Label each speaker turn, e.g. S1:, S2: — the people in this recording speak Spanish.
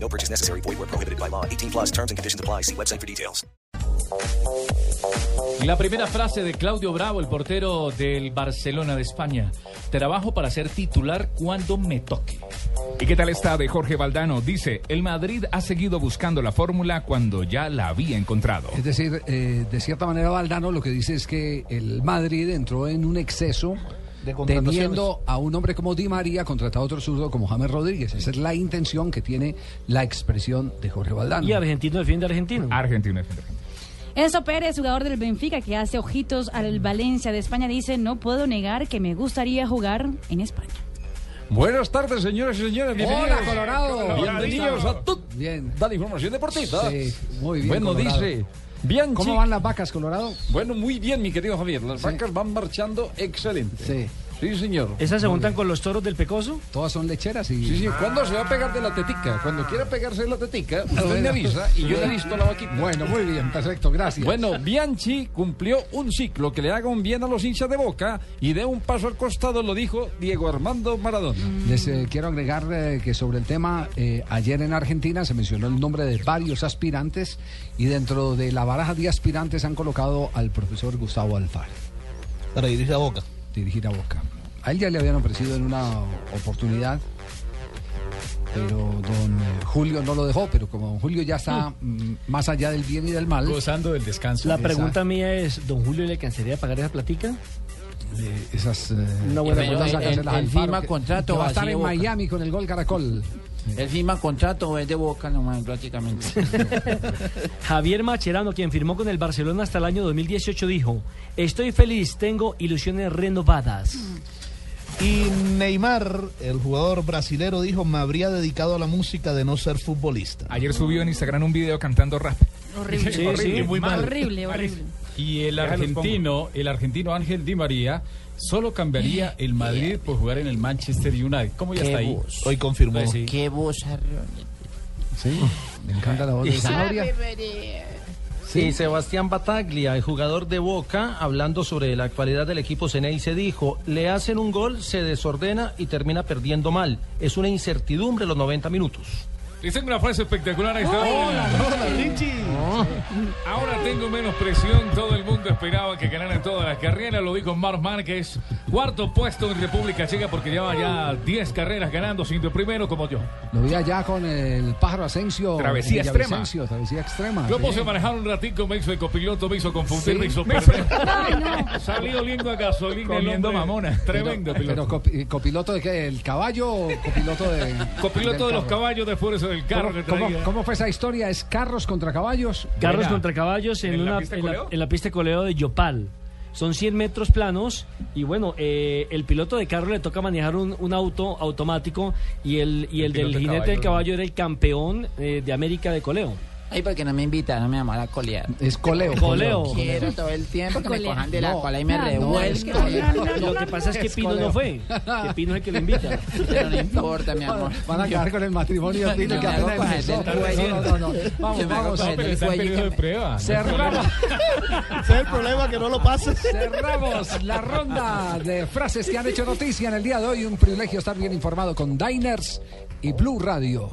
S1: No purchase necessary. Void where prohibited by law. 18 plus terms and conditions apply. See website for details.
S2: La primera frase de Claudio Bravo, el portero del Barcelona de España. Trabajo para ser titular cuando me toque.
S3: ¿Y qué tal está de Jorge Valdano? Dice, el Madrid ha seguido buscando la fórmula cuando ya la había encontrado.
S4: Es decir, eh, de cierta manera Valdano lo que dice es que el Madrid entró en un exceso
S5: De contrataciones.
S4: teniendo a un hombre como Di María contratado a otro zurdo como James Rodríguez. Esa es la intención que tiene la expresión de Jorge Valdano.
S5: Y argentino defiende a argentino.
S2: Ah.
S3: Argentina.
S6: Enzo Pérez, jugador del Benfica que hace ojitos al Valencia de España, dice, no puedo negar que me gustaría jugar en España.
S7: Buenas tardes, señoras y señores.
S4: Hola,
S7: Bienvenidos.
S4: Colorado.
S7: Bienvenidos a toda
S4: Bien.
S7: la información deportiva.
S4: Sí, muy bien.
S7: bueno,
S4: Colorado.
S7: dice. Bien,
S4: ¿Cómo
S7: chi-
S4: van las vacas, Colorado?
S7: Bueno, muy bien, mi querido Javier. Las vacas van marchando excelente.
S4: Sí.
S7: Sí, señor.
S5: ¿Esas se juntan con los toros del Pecoso?
S4: Todas son lecheras y...
S7: Sí, sí. ¿Cuándo se va a pegar de la tetica? Cuando quiera pegarse de la tetica, usted me avisa y yo le visto la vaquita.
S4: Bueno, muy bien, perfecto, gracias.
S7: Bueno, Bianchi cumplió un ciclo que le haga un bien a los hinchas de Boca y dé un paso al costado, lo dijo Diego Armando Maradona.
S4: Les eh, quiero agregar eh, que sobre el tema, eh, ayer en Argentina se mencionó el nombre de varios aspirantes y dentro de la baraja de aspirantes han colocado al profesor Gustavo Alfaro,
S5: Para dirigir a Boca.
S4: dirigir a Boca. A él ya le habían ofrecido en una oportunidad, pero don eh, Julio no lo dejó, pero como don Julio ya está mm, más allá del bien y del mal,
S2: Gozando del descanso.
S5: La
S4: Exacto.
S5: pregunta mía es, ¿don Julio le alcanzaría a pagar esa platica?
S4: eh, esas... eh,
S5: Una
S4: cosas
S5: buena pregunta.
S4: hay que
S8: en-
S4: hacerlas a
S8: encima
S4: Alfaro, que-
S8: contrato
S4: que va a estar
S8: vacío
S4: en
S8: Boca. Ah,
S4: Miami con el gol Caracol.
S8: Él firma contrato o es de boca nomás, prácticamente.
S5: Javier Macherano, quien firmó con el Barcelona hasta el año 2018, dijo, estoy feliz, tengo ilusiones renovadas.
S9: Y Neymar, el jugador brasilero, dijo, me habría dedicado a la música de no ser futbolista.
S3: Ayer subió en Instagram un video cantando rap.
S6: Horrible.
S5: Sí, sí, muy mal.
S6: Horrible, horrible.
S2: Y el argentino, el argentino Ángel Di María, solo cambiaría el Madrid por jugar en el Manchester United. ¿Cómo ya
S8: Qué
S2: está ahí?
S8: voz.
S9: Hoy confirmó.
S2: Pues sí.
S8: Qué voz,
S4: Sí, me encanta la voz de Zanoria.
S10: Y Sebastián Bataglia, el jugador de Boca, hablando sobre la actualidad del equipo Ceneice, dijo, le hacen un gol, se desordena y termina perdiendo mal. Es una incertidumbre los 90 minutos.
S2: Les tengo una frase espectacular a esta hora. Oh. Ahora tengo menos presión. Todo el mundo esperaba que ganaran todas las carreras. Lo vi con Marc Márquez. Cuarto puesto en República Checa porque lleva ya 10 carreras ganando, siendo el primero como yo.
S4: Lo vi allá con el pájaro Asensio.
S3: Travesía extrema.
S4: Villavicencio, Travesía extrema.
S2: Yo
S4: sí.
S2: puse a manejar un ratico, me hizo el copiloto, me hizo confundir,
S4: Sí.
S2: me hizo perder. Salí oliendo a gasolina. el
S3: Comiendo
S2: hombre.
S3: mamona.
S2: Tremendo piloto.
S4: Pero copi- copiloto de qué? ¿El caballo o copiloto de.?
S2: Copiloto de
S4: del
S2: los
S4: carro?
S2: caballos de fuerza del carro que
S4: ¿Cómo, cómo-
S2: traía.
S4: cómo fue esa historia? ¿Es carros contra caballos?
S5: Carros
S2: Buena.
S5: contra caballos en,
S3: ¿En la
S5: una-
S3: pista de
S5: en la-
S3: coleo?
S5: en la pista de coleo de Yopal. Son 100 metros planos y bueno, eh, el piloto de carro le toca manejar un, un auto automático y el, y el, del
S3: piloto de
S5: jinete del caballo era el campeón eh, de América de coleo.
S8: Ay, porque no me invita, no me amará a colear.
S4: Es coleo.
S5: Coleo.
S8: Quiero todo el tiempo que me
S6: Colear.
S8: cojan de la
S4: No.
S8: cola y me
S6: No, no,
S8: revuelco.
S5: Lo que pasa es que Pino no fue, que Pino es el que lo invita.
S8: Pero no importa, mi amor.
S4: Van a acabar con el matrimonio.
S8: Yo-
S4: dile
S8: yo
S4: que
S8: me hago
S4: apenas
S8: para
S4: empezó.
S8: el
S4: No, no, no, no. Vamos,
S8: Yo me hago
S4: vamos. eh,
S8: para el
S3: Pero está en
S8: cuello
S3: periodo de
S8: que me-
S2: Ah,
S3: prueba.
S4: Cerramos,
S9: Ese es el problema, que no lo pases.
S4: cerramos la ronda de frases que han hecho noticia en el día de hoy. Un privilegio estar bien informado con Diners y Blue Radio.